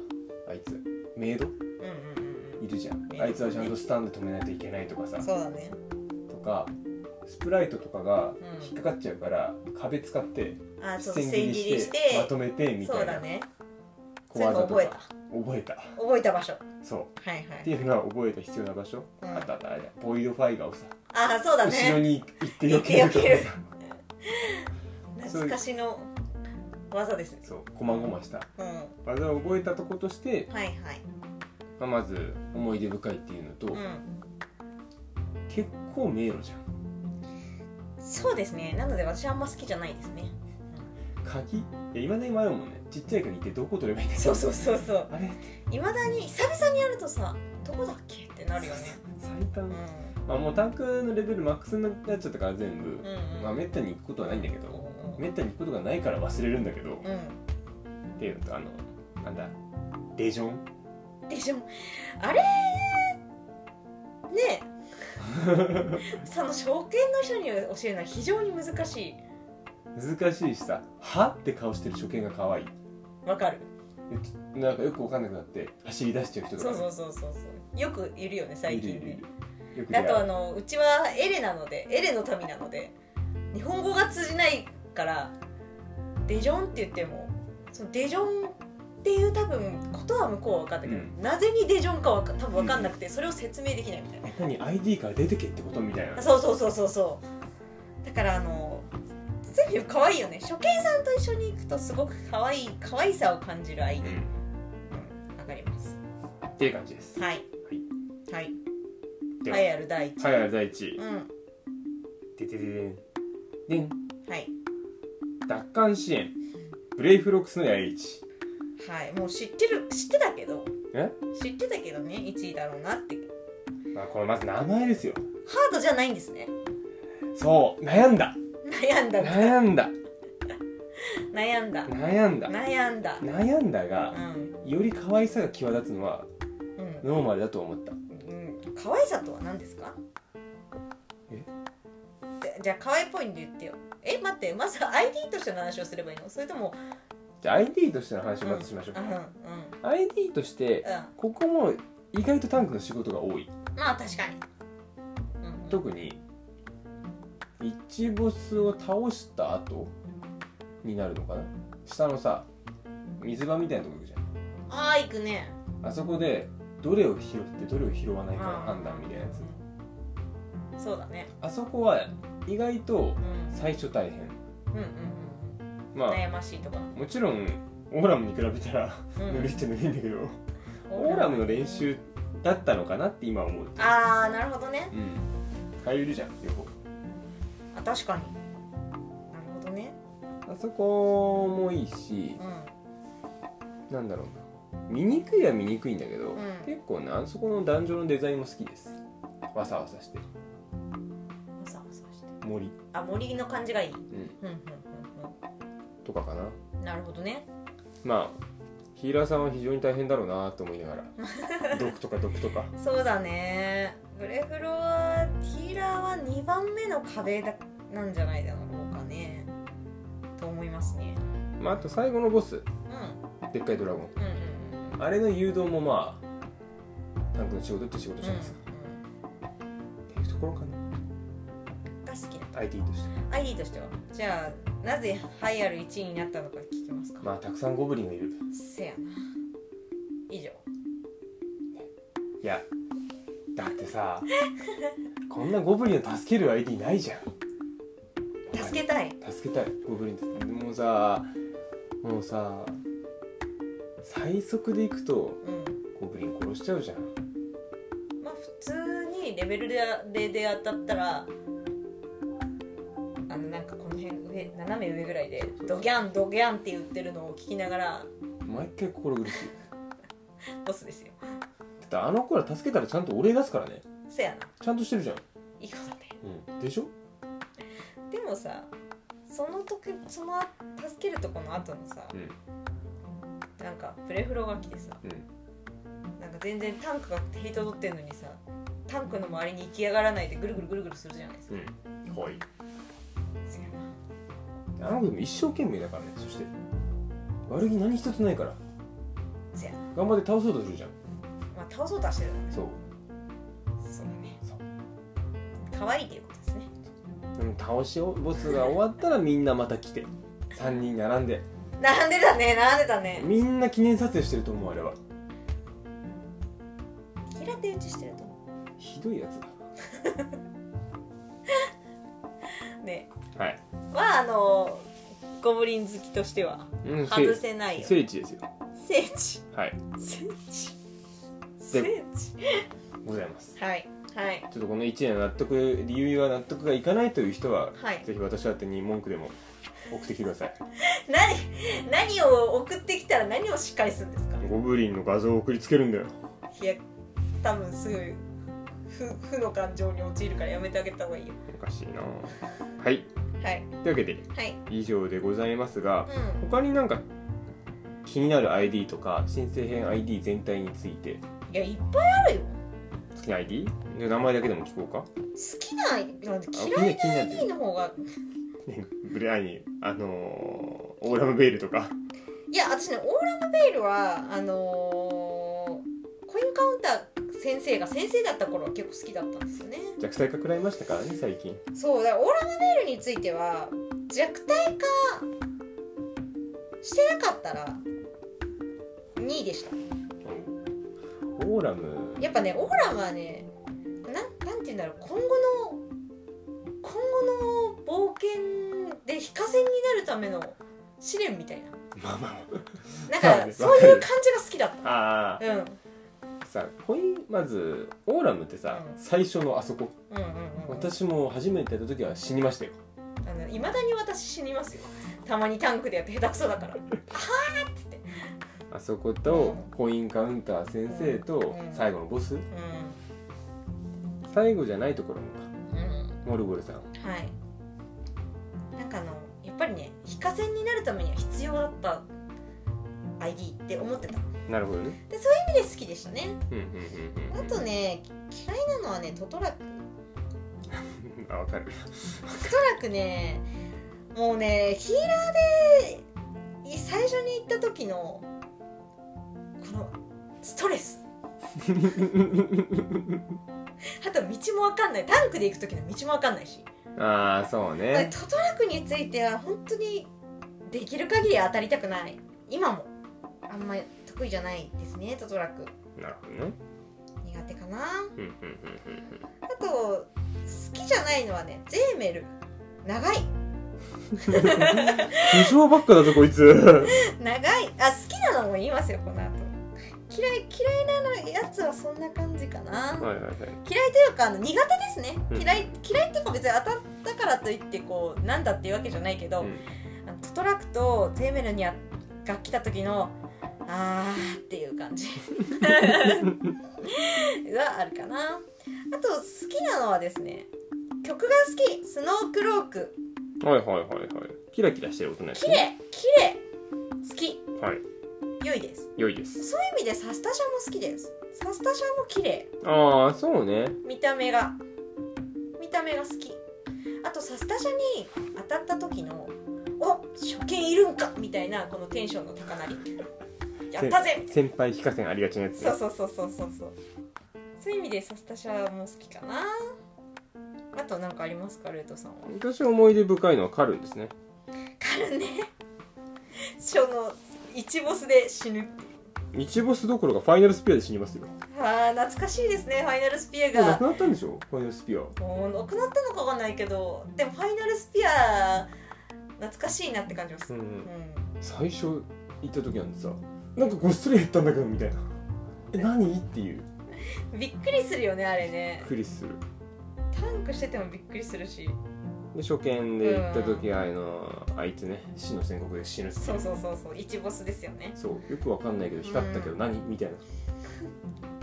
Speaker 2: あいつメイド
Speaker 1: うんうん
Speaker 2: いるじゃん
Speaker 1: メイド
Speaker 2: あいつはちゃんとスタンド止めないといけないとかさ
Speaker 1: うんそうだね
Speaker 2: とかスプライトとかが
Speaker 1: うん
Speaker 2: 引っかかっちゃうから、壁使って
Speaker 1: あーそう
Speaker 2: 千切
Speaker 1: 千
Speaker 2: り
Speaker 1: 切り
Speaker 2: し
Speaker 1: して
Speaker 2: てまとめてみ
Speaker 1: そ
Speaker 2: た
Speaker 1: う
Speaker 2: い
Speaker 1: だ
Speaker 2: な
Speaker 1: ね
Speaker 2: 小技と
Speaker 1: そういうの
Speaker 2: か覚えた
Speaker 1: 覚えた場所
Speaker 2: そう
Speaker 1: はいは
Speaker 2: って
Speaker 1: い
Speaker 2: いうのは覚えた必要な場所、
Speaker 1: うん
Speaker 2: あとあとあれだボイドファイガーをさ、
Speaker 1: ああそうだ
Speaker 2: 後ろ
Speaker 1: ね
Speaker 2: に行ってよける
Speaker 1: 行
Speaker 2: とか
Speaker 1: って避
Speaker 2: さ
Speaker 1: 懐かしの技ですね
Speaker 2: そうこまごました
Speaker 1: うんは
Speaker 2: 技を覚えたとことして
Speaker 1: い、はい
Speaker 2: まあ、まず思い出深いっていうのと、
Speaker 1: うん
Speaker 2: 結構迷路じゃん
Speaker 1: そうですねなので私あんま好きじゃないですね
Speaker 2: 鍵いや今で迷うもんねちっちゃい鍵ってどこ取ればいいんだ
Speaker 1: そうそうそうそう
Speaker 2: あれ
Speaker 1: いまだに久々にやるとさどこだっけってなるよね
Speaker 2: 最短、
Speaker 1: うん
Speaker 2: まあ、もうタンクのレベルマックスになっちゃったから全部、
Speaker 1: うんうん
Speaker 2: まあめったに行くことはないんだけど
Speaker 1: う
Speaker 2: めったに行くことがないから忘れるんだけど、
Speaker 1: ん
Speaker 2: っていうのとあのなんだデジョン
Speaker 1: うんでしょあれ ねえその初見の人に教えるのは非常に難しい
Speaker 2: 難しいしさ「は?」って顔してる初見が可愛い
Speaker 1: わかる
Speaker 2: なんかよくわかんなくなって走り出しちゃう人と
Speaker 1: そ
Speaker 2: か
Speaker 1: う
Speaker 2: ね
Speaker 1: そうそうそうそうよくいるよね最
Speaker 2: いるい
Speaker 1: 近
Speaker 2: るい
Speaker 1: ね
Speaker 2: るよく出
Speaker 1: あ
Speaker 2: 会
Speaker 1: とあ
Speaker 2: う
Speaker 1: のうちはエレなのでエレの民なので日本語が通じないからデジョンって言ってもそのデジョンっていう多分ことは向こうは分かったけど、
Speaker 2: う
Speaker 1: なぜにデジョンかはか多分分かんなくて、それを説明できないみたいな、
Speaker 2: え何 ID から出てけってことみたいな
Speaker 1: あそうそうそうそうそうだからあの全部可愛いよね初見さんと一緒に行くとすごく可愛い可愛さを感じる愛
Speaker 2: う
Speaker 1: に
Speaker 2: ん
Speaker 1: 分かります
Speaker 2: っていう感じです
Speaker 1: はいはい
Speaker 2: では
Speaker 1: 栄えある第一
Speaker 2: はいあれ第一位
Speaker 1: うん
Speaker 2: ででででんでん
Speaker 1: はい
Speaker 2: 奪還支援ブレイフロックスのやり一
Speaker 1: はい、もう知ってる知ってたけど
Speaker 2: え
Speaker 1: 知ってたけどね1位だろうなってハ
Speaker 2: まあこれまず名前ですよ
Speaker 1: ードじゃないんですね
Speaker 2: そう悩んだ
Speaker 1: 悩んだ
Speaker 2: 悩んだ
Speaker 1: 悩んだ
Speaker 2: 悩んだ
Speaker 1: 悩んだ
Speaker 2: 悩んだ
Speaker 1: う
Speaker 2: が
Speaker 1: ん
Speaker 2: より可愛さが際立つのは
Speaker 1: うん
Speaker 2: ノーマルだと思った
Speaker 1: うん可愛さとは何ですか
Speaker 2: え
Speaker 1: じじゃあ可愛いっぽいんで言ってよえ待ってまず ID としての話をすればいいのそれとも
Speaker 2: じゃあ ID としての話をまずしましょう
Speaker 1: うんうんうん
Speaker 2: ID としてここも意外とタンクの仕事が多い
Speaker 1: まあ確かにうん
Speaker 2: 特に一ボスを倒した後になるのかな下のさ水場みたいなとこ行くじゃ
Speaker 1: ああ行くね
Speaker 2: んあそこでどれを拾ってどれを拾わないかの
Speaker 1: うん
Speaker 2: 判断みたいなやつ
Speaker 1: そうだね
Speaker 2: あそこは意外と
Speaker 1: うん
Speaker 2: 最初大変
Speaker 1: うんうんうん
Speaker 2: ま
Speaker 1: 悩ましいとか
Speaker 2: あもちろんオーラムに比べたら
Speaker 1: うん
Speaker 2: ぬるいっちゃぬるいんだけどオーラムの練習だったのかなって今思う
Speaker 1: ああなるほどね
Speaker 2: うんかゆるじゃん横
Speaker 1: あ確かになるほどね
Speaker 2: あそこもいいし
Speaker 1: う
Speaker 2: なんだろうな見にくいは見にくいんだけど、
Speaker 1: ん
Speaker 2: 結構ねあそこの壇上のデザインも好きですわさわさしてる
Speaker 1: んわさわさして
Speaker 2: 森、
Speaker 1: あ森の感じがいいうん
Speaker 2: うん、
Speaker 1: うんうん
Speaker 2: とかかな
Speaker 1: うんなるほどね
Speaker 2: まあヒーラーさんは非常に大変だろうなと思いながら毒とか毒とか
Speaker 1: そうだねブレフロはティーラーは2番目の壁だなんじゃないだろうかねと思いますね
Speaker 2: まああと最後のボス
Speaker 1: うん
Speaker 2: でっかいドラゴン
Speaker 1: うんうん
Speaker 2: あれの誘導もまあタンクの仕事って仕事
Speaker 1: うん
Speaker 2: じゃないですか、
Speaker 1: う
Speaker 2: っていうところかなん
Speaker 1: が好きだ
Speaker 2: IT として
Speaker 1: ID としてはじゃあなぜ栄えある1位になったのか聞きますか、
Speaker 2: まあたくさんゴブリンがいる
Speaker 1: せやな以上
Speaker 2: いやだってさこんなゴブリンを助ける ID ないじゃん
Speaker 1: 助けたい
Speaker 2: 助けたいゴブリンたちもうさもうさ最速で行くと
Speaker 1: うん
Speaker 2: ゴブリン殺しちゃうじゃん
Speaker 1: まあ普通にレベルででで当たったらあのなんかこの辺上斜め上ぐらいでドギャンドギャンって言ってるのを聞きながら
Speaker 2: 毎回心苦しい
Speaker 1: ボスですよ
Speaker 2: ってたあの子ら助けたらちゃんとお礼出すからね
Speaker 1: そやな
Speaker 2: ちゃんとしてるじゃん、
Speaker 1: いいことね
Speaker 2: うん、でしょ
Speaker 1: でもさその時その助けるとこの後のさ、
Speaker 2: うん
Speaker 1: なんかプレフロが来てさ
Speaker 2: うん
Speaker 1: なんか全然タンクがヘイト取ってんのにさタンクの周りに行き上がらないでぐるぐるぐるぐるするじゃないですか、
Speaker 2: うんはい
Speaker 1: そやな
Speaker 2: あの子でも一生懸命だからねそして悪気何一つないから
Speaker 1: そやな
Speaker 2: 頑張って倒そうとするじゃん
Speaker 1: まあ倒そうとはしてるよね
Speaker 2: そう
Speaker 1: そうだね
Speaker 2: そう
Speaker 1: 可愛いっていうことですね
Speaker 2: うん倒しボスが終わったらみんなまた来て3人並んで
Speaker 1: 並んでたね並んでたね
Speaker 2: みんな記念撮影してると思うあれは
Speaker 1: 平手打ちしてると思
Speaker 2: ひどいやつ
Speaker 1: うね
Speaker 2: だはい
Speaker 1: まああのゴブリン好きとしては
Speaker 2: うん
Speaker 1: 外せないよ聖
Speaker 2: 聖地ですよ
Speaker 1: 地
Speaker 2: はい
Speaker 1: 聖地聖地
Speaker 2: ございます
Speaker 1: はいはい
Speaker 2: ちょっとこの1年は納得理由は納得がいかないという人は、
Speaker 1: はい
Speaker 2: ぜひ私宛てに文句でも送ってきてください
Speaker 1: 何何を送ってきたら何をしっかりするんですか
Speaker 2: ゴブリンの画像を送りつけるんだよ
Speaker 1: いや多分すぐ負負の感情に陥るからやめてあげた方がいいよ
Speaker 2: おかしいなぁはい
Speaker 1: はい
Speaker 2: というわけで
Speaker 1: はい
Speaker 2: 以上でございますが
Speaker 1: うん
Speaker 2: 他になんか気になる ID とか申請編 ID 全体について
Speaker 1: いやいっぱいあるよ
Speaker 2: 好きな ID? じゃあ名前だけでも聞こうか
Speaker 1: 好きななんて
Speaker 2: あ
Speaker 1: 嫌い
Speaker 2: 気にな
Speaker 1: な
Speaker 2: る
Speaker 1: ID の方が
Speaker 2: ね ブレアにあのー、オーラムベールとか
Speaker 1: いや私ねオーラムベイルはあのーコインカウンター先生が先生だった頃は結構好きだったんですよね
Speaker 2: 弱体化食らいましたからね最近
Speaker 1: そうだからオーラムベイルについては弱体化してなかったら2位でした
Speaker 2: オーラム
Speaker 1: やっぱねオーラムはねなんなんて言うんだろう今後の今後の冒険で非課線になるための試練みたいな
Speaker 2: まあまあま
Speaker 1: なん
Speaker 2: そう
Speaker 1: かそう
Speaker 2: だね
Speaker 1: いう感じが好きだっ
Speaker 2: ああ
Speaker 1: た、うん、
Speaker 2: ーさコインまずオーラムってさ、
Speaker 1: うん
Speaker 2: 最初のあそこ
Speaker 1: うんうんうんうん
Speaker 2: 私も初めてやった時は死にましたよ
Speaker 1: あの未だに私死にますよたまにタンクでやって下手くそだから
Speaker 2: あそこと
Speaker 1: うん
Speaker 2: コインカウンター先生と
Speaker 1: うん
Speaker 2: 最後のボス
Speaker 1: う
Speaker 2: 最後じゃないところもか
Speaker 1: んうん
Speaker 2: モルゴルさん
Speaker 1: はいなんかあのやっぱりね非課線になるためには必要だった ID って思ってた
Speaker 2: なるほどね
Speaker 1: でそういう意味で好きでしたね
Speaker 2: うんうんうん
Speaker 1: あとね嫌いなのはねトトラク
Speaker 2: うんあわかる
Speaker 1: トトラクねもうねヒーラーでい最初に行った時のこのストレスあと道も分かんないタンクで行く時の道も分かんないし
Speaker 2: ああそうね
Speaker 1: トトラクについては本当にできる限り当たりたくない今もあんまり得意じゃないですねトトラク
Speaker 2: なるほどね
Speaker 1: 苦手かな
Speaker 2: うんうんうんうんうん
Speaker 1: あと好きじゃないのはねゼーメル長い
Speaker 2: 無償ばっかだぞこいつ
Speaker 1: 長いあ好きなのも言いますよこの後嫌い嫌いなのやつはそんな感じかな
Speaker 2: はいはいはい
Speaker 1: 嫌いというかあの苦手ですね
Speaker 2: うん
Speaker 1: 嫌い嫌いっていうか別に当たったからといってこうなんだっていうわけじゃないけど、
Speaker 2: うん
Speaker 1: あのトトラクとゼーメルにあが来た時のあーっていう感じ があるかなあと好きなのはですね曲が好きスノークローク
Speaker 2: はいはいはいはいキラキラしてる音ないです
Speaker 1: 綺
Speaker 2: ね
Speaker 1: 麗綺麗好き
Speaker 2: はい
Speaker 1: 良いです
Speaker 2: 良いです
Speaker 1: そういう意味でサスタシャも好きですサスタシャも綺麗
Speaker 2: ああそうね
Speaker 1: 見た目が見た目が好きあとサスタシャに当たった時の「お初見いるんか!」みたいなこのテンションの高鳴りやったぜ
Speaker 2: 先輩非課線ありがちなやつね
Speaker 1: そうそうそうそうそうそうそういう意味でサスタシャも好きかなあと何かありますかルートさんは
Speaker 2: 私思い出深いのはカルンですね
Speaker 1: カルンねその一ボスで死ぬ
Speaker 2: 日ボスどころかファイナルスピアで死にますよも
Speaker 1: あー懐かしいですねファイナルスピア
Speaker 2: うな
Speaker 1: が
Speaker 2: くなったんでしょファイナルスピア
Speaker 1: もうなくなったのかわかんないけどでもファイナルスピア懐かしいなって感じます
Speaker 2: う
Speaker 1: うん、
Speaker 2: ん最初行った時なんてさなんかごっそり減ったんだけどみたいなえ何っていう
Speaker 1: びっくりするよねあれね
Speaker 2: クリスする
Speaker 1: タンクしててもびっくりするし
Speaker 2: で初見で行った時あのあいつね死の宣告で死ぬってい
Speaker 1: そうそうそうそう一ボスですよね
Speaker 2: そうよくわかんないけど光ったけど
Speaker 1: うん
Speaker 2: 何みたい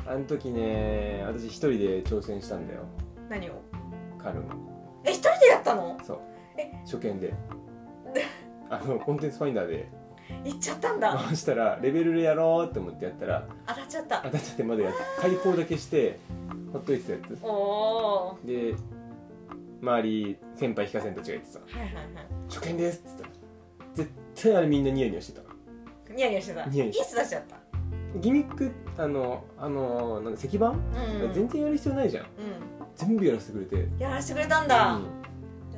Speaker 2: なあの時ね私一人で挑戦したんだよ
Speaker 1: 何を
Speaker 2: カルン
Speaker 1: え一人でやったの
Speaker 2: そう
Speaker 1: え
Speaker 2: 初見 であのコンテンツファインダーで
Speaker 1: 行っちゃったんだ
Speaker 2: 回したらレベルでやろうって思ってやったら
Speaker 1: 当たっちゃった
Speaker 2: 当たっちゃってまだやっ開放だけしてほっといてたや
Speaker 1: おお
Speaker 2: つで周り先輩ヒカセンたちが言ってた
Speaker 1: ーはいはいはい
Speaker 2: 「初見です」っつったら絶対あれみんなニヤニヤしてた
Speaker 1: ニヤニヤしてた
Speaker 2: ニヤニヤ
Speaker 1: いい人出しちゃった
Speaker 2: ギミックあのあのなんだ石板、
Speaker 1: うん、
Speaker 2: 全然やる必要ないじゃん
Speaker 1: う
Speaker 2: 全部やらせてくれて
Speaker 1: ん、やらしてくれたんだ、
Speaker 2: うん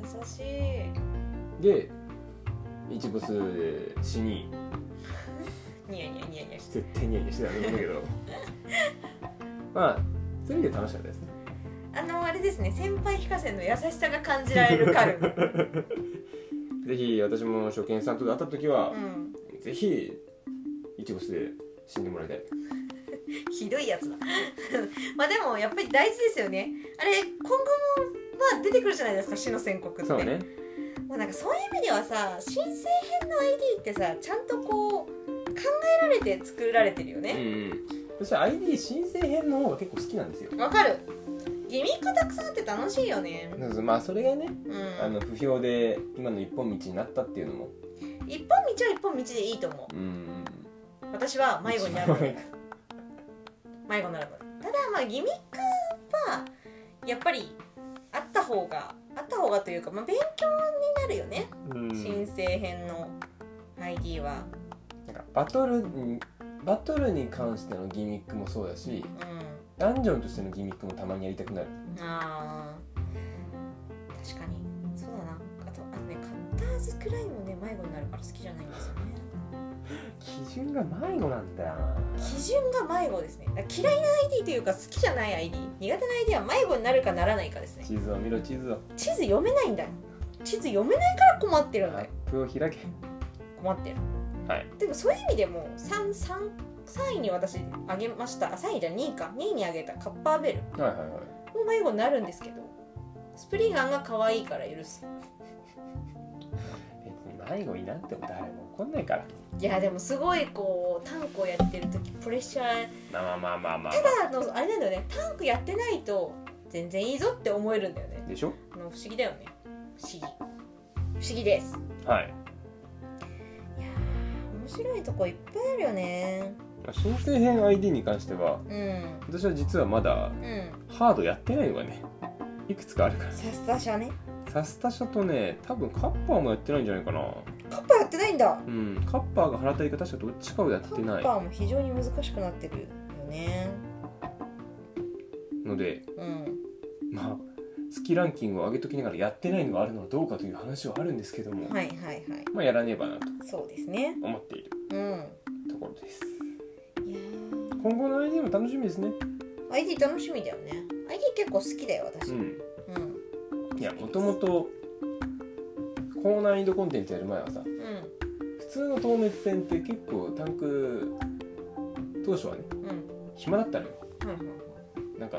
Speaker 1: 優しい
Speaker 2: で一ボス死に
Speaker 1: ニヤニヤニヤニヤして
Speaker 2: 絶対ニヤニヤしてたんだ けどまあそういう意味で楽しかったですね
Speaker 1: あのあれですね先輩ヒカセンの優しさが感じられるカル ム
Speaker 2: ぜひ私も初見さんと会った時は
Speaker 1: う、ん
Speaker 2: ぜひ一ボスで死んでもらいたい
Speaker 1: ひどいやつだ まあでもやっぱり大事ですよねあれ今後もまあ出てくるじゃないですか死の宣告って
Speaker 2: そうね
Speaker 1: まあ、なんかそういう意味ではさ申請編の ID ってさちゃんとこう考えられて作られてるよ
Speaker 2: うん
Speaker 1: ね
Speaker 2: うん私は ID 申請編の方が結構好きなんですよ
Speaker 1: わ、かるギミックたくさんあって楽しいよね
Speaker 2: そうそうまあそれがね
Speaker 1: うん
Speaker 2: あの不評で今の一本道になったっていうのも
Speaker 1: 一本道は一本道でいいと思
Speaker 2: うんうん
Speaker 1: う私は迷子になるの で迷子になるのでただまあギミックはやっぱりあった方があった方がというか、まあ、勉強になるよね、
Speaker 2: うん
Speaker 1: 申請編の ID は
Speaker 2: なんかバトルにバトルに関してのギミックもそうだし
Speaker 1: う
Speaker 2: ダンジョンとしてのギミックもたまにやりたくなる
Speaker 1: んあー確かにそうだなあとあのねカッターズくらいもね迷子になるから好きじゃないんですよね
Speaker 2: 基準が迷子なんだよな
Speaker 1: 基準が迷子ですねだから嫌いな ID というか好きじゃない ID 苦手な ID は迷子になるかならないかですね
Speaker 2: 地図を見ろ地図を
Speaker 1: 地図読めないんだよ地図読めないから困ってる
Speaker 2: マ
Speaker 1: んだよ
Speaker 2: ップを開け
Speaker 1: 困ってる、
Speaker 2: はい
Speaker 1: でもそういう意味でも 3, 3, 3位に私あげましたあ3位じゃ2位か2位にあげたカッパーベル
Speaker 2: はいはいはい
Speaker 1: も迷子になるんですけどスプリガンが可愛いから許す
Speaker 2: 別に迷子になっても誰も怒んないから
Speaker 1: いやでもすごいこうタンクをやってる時プレッシャー
Speaker 2: まあまあまあまあまあ、
Speaker 1: ただあのあれなんだよねタンクやってないと全然いいぞって思えるんだよね
Speaker 2: でしょ
Speaker 1: あの不思議だよね不思議不思議です
Speaker 2: はい
Speaker 1: いやー面白いとこいっぱいあるよね
Speaker 2: 申請編 ID に関しては
Speaker 1: うん
Speaker 2: 私は実はまだ
Speaker 1: うん
Speaker 2: ハードやってないのがねいくつかあるから
Speaker 1: さすがしゃね
Speaker 2: サスタ社とね多分カッパーもやってないんじゃないかな
Speaker 1: カッパーやってないんだ
Speaker 2: うんカッパーが払いか確かどっちかをやっ
Speaker 1: カ
Speaker 2: てな
Speaker 1: ッ
Speaker 2: い
Speaker 1: パーも非常に難しくなってるよね
Speaker 2: ので
Speaker 1: うん
Speaker 2: まあ好きランキングを上げときながらやってないのがあるのはどうかという話はあるんですけども、
Speaker 1: はいはいはい
Speaker 2: まあやらねばなと
Speaker 1: そうですね
Speaker 2: 思っている
Speaker 1: うん
Speaker 2: ところです
Speaker 1: いやー
Speaker 2: 今後の ID も楽しみですね
Speaker 1: ID 楽しみだよね ID 結構好きだよ私うん、
Speaker 2: んいやもともと高難易度コンテンツやる前はさ
Speaker 1: うん
Speaker 2: 普通の透明戦って結構タンク当初はね
Speaker 1: うん
Speaker 2: 暇だったのよ
Speaker 1: はいはい
Speaker 2: なんか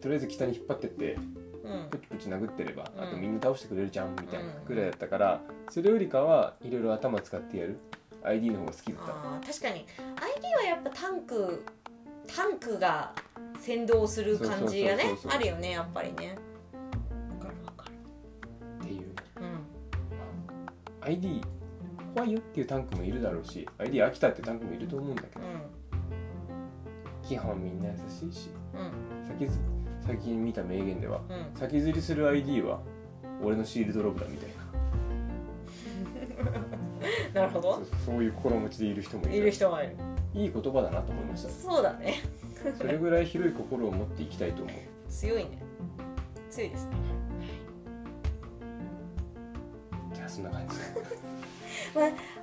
Speaker 2: とりあえず北に引っ張ってって
Speaker 1: うん
Speaker 2: プチプチ殴ってれば
Speaker 1: うん
Speaker 2: あとみんな倒してくれるじゃんみたいなぐらいだったからそれよりかはいろいろ頭使ってやる ID の方が好きだった
Speaker 1: あー確かに ID はやっぱタンクタンクが先導する感じがね
Speaker 2: そうそうそうそう
Speaker 1: あるよねやっぱりねわかるわかる
Speaker 2: ってい
Speaker 1: う
Speaker 2: う
Speaker 1: ん
Speaker 2: ID 怖いよっていうタンクもいるだろうし ID 飽きたっていうタンクもいると思うんだけど基本みんな優しいし
Speaker 1: うんうん
Speaker 2: 先ず最近見た名言では
Speaker 1: うん
Speaker 2: 先ずりする ID は俺のシールドロブだみたいな
Speaker 1: なるほ
Speaker 2: そ
Speaker 1: ど
Speaker 2: うそうそういう心持ちでいる人もいる
Speaker 1: いる人はいる
Speaker 2: いい言葉だなと思 いました
Speaker 1: そうだね
Speaker 2: それぐらい広い心を持っていきたいと思う
Speaker 1: 強いね強いですね
Speaker 2: じゃあそんな感じで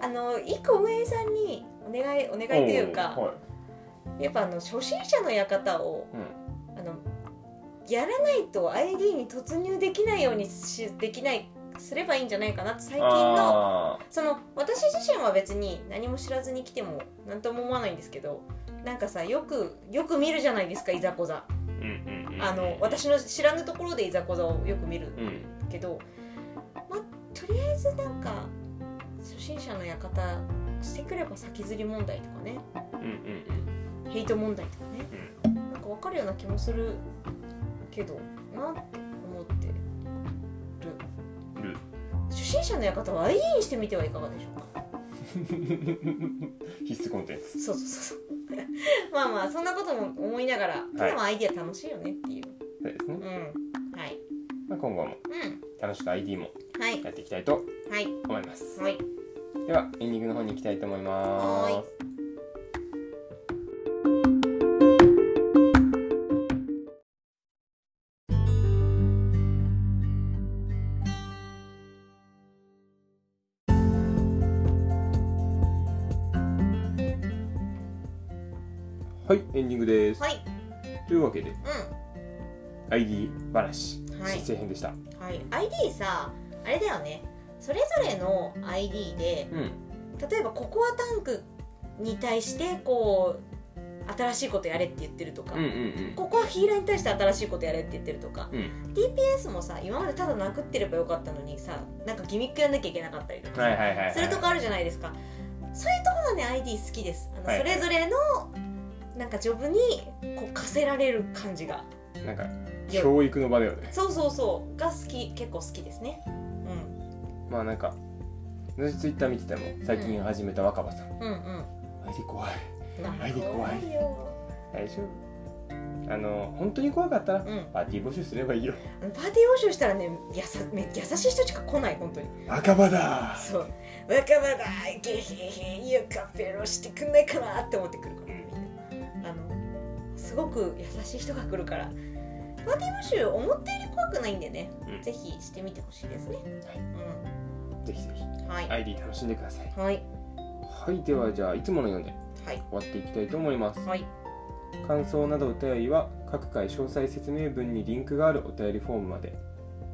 Speaker 1: あの一個運営さんにお願いお願いというか、
Speaker 2: おーはい
Speaker 1: やっぱあの初心者の館を
Speaker 2: うん
Speaker 1: あのやらないと ID に突入できないようにしできないすればいいんじゃないかなって最近の
Speaker 2: あ
Speaker 1: その私自身は別に何も知らずに来ても何とも思わないんですけどなんかさよくよく見るじゃないですかいざこざ
Speaker 2: ーうんうんうん
Speaker 1: あの私の知らぬところでいざこざをよく見る
Speaker 2: うん
Speaker 1: けど、まあ、とりあえずなんか初心者の館してくれば先ずり問題とかね
Speaker 2: うんうんうん
Speaker 1: ヘイト問題とかね、
Speaker 2: う
Speaker 1: なんかわかるような気もするけどなって思って
Speaker 2: ル
Speaker 1: 初心者の館は IE にしてみてはいかがでしょうか
Speaker 2: 必須コンテンツ
Speaker 1: そうそうそうそう まあまあそんなことも思いながらでもアイディア楽しいよねっていう、
Speaker 2: そうです
Speaker 1: う
Speaker 2: ね、
Speaker 1: んはい
Speaker 2: まあ、今後も
Speaker 1: う
Speaker 2: 楽しく ID も
Speaker 1: んはい
Speaker 2: やっていきたいと
Speaker 1: はい
Speaker 2: 思います
Speaker 1: はい
Speaker 2: ではエンディングの方に行きたいと思います
Speaker 1: は
Speaker 2: はいエンディングです、
Speaker 1: はい
Speaker 2: というわけで
Speaker 1: う
Speaker 2: ID 話
Speaker 1: はい
Speaker 2: 実践編でした、
Speaker 1: んはい ID さあれだよねそれぞれの ID で
Speaker 2: うん
Speaker 1: 例えばココアタンクに対してこう新しいことやれって言ってるとか、
Speaker 2: うんうんうん
Speaker 1: ここはヒーラーに対して新しいことやれって言ってるとか
Speaker 2: うん
Speaker 1: TPS もさ今までただ殴ってればよかったのにさなんかギミックやんなきゃいけなかったりとかさ、
Speaker 2: はいはいはいはい
Speaker 1: するとこあるじゃないですかそういうとこがね ID 好きですあの、
Speaker 2: はい
Speaker 1: それぞれのなんかジョブにこう課せられる感じが
Speaker 2: なんか
Speaker 1: よ
Speaker 2: 教育の場だよね
Speaker 1: そうそうそうが好き結構好きですねうん
Speaker 2: まあなんか私ツイッター見てても最近始めた若葉さん、
Speaker 1: うんうん
Speaker 2: 相手怖い
Speaker 1: まあ
Speaker 2: ID 怖い
Speaker 1: よ
Speaker 2: 大丈夫あの本当に怖かったら
Speaker 1: うん
Speaker 2: パーティー募集すればいいよ
Speaker 1: あのパーティー募集したらねやさめ優しい人しか来ない本当に
Speaker 2: 赤羽だ
Speaker 1: そう若葉だゲヘヘユカペロしてくんないかなって思ってくるからみんなあのすごく優しい人が来るからパーティー募集思ったより怖くないんでね、
Speaker 2: うん
Speaker 1: ぜひしてみてほしいですね
Speaker 2: ぜひぜ
Speaker 1: う
Speaker 2: ひ
Speaker 1: んはい
Speaker 2: ID 楽しんでください
Speaker 1: はい
Speaker 2: はいではじゃあいつものように終
Speaker 1: はい
Speaker 2: わっていきたいと思います
Speaker 1: はい
Speaker 2: 感想などお便りは各回詳細説明文にリンクがあるお便りフォームまで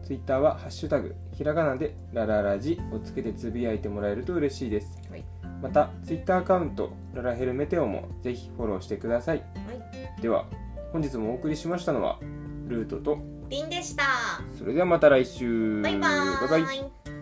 Speaker 2: Twitter は「ハッシュタグひらがな」で「ラララジ」をつけてつぶやいてもらえると嬉しいです、
Speaker 1: はい
Speaker 2: また Twitter アカウント「ララヘルメテオ」もぜひフォローしてください
Speaker 1: はい
Speaker 2: では本日もお送りしましたのはルートと
Speaker 1: リンでした
Speaker 2: それではまた来週
Speaker 1: バイバー
Speaker 2: バイバイ
Speaker 1: イ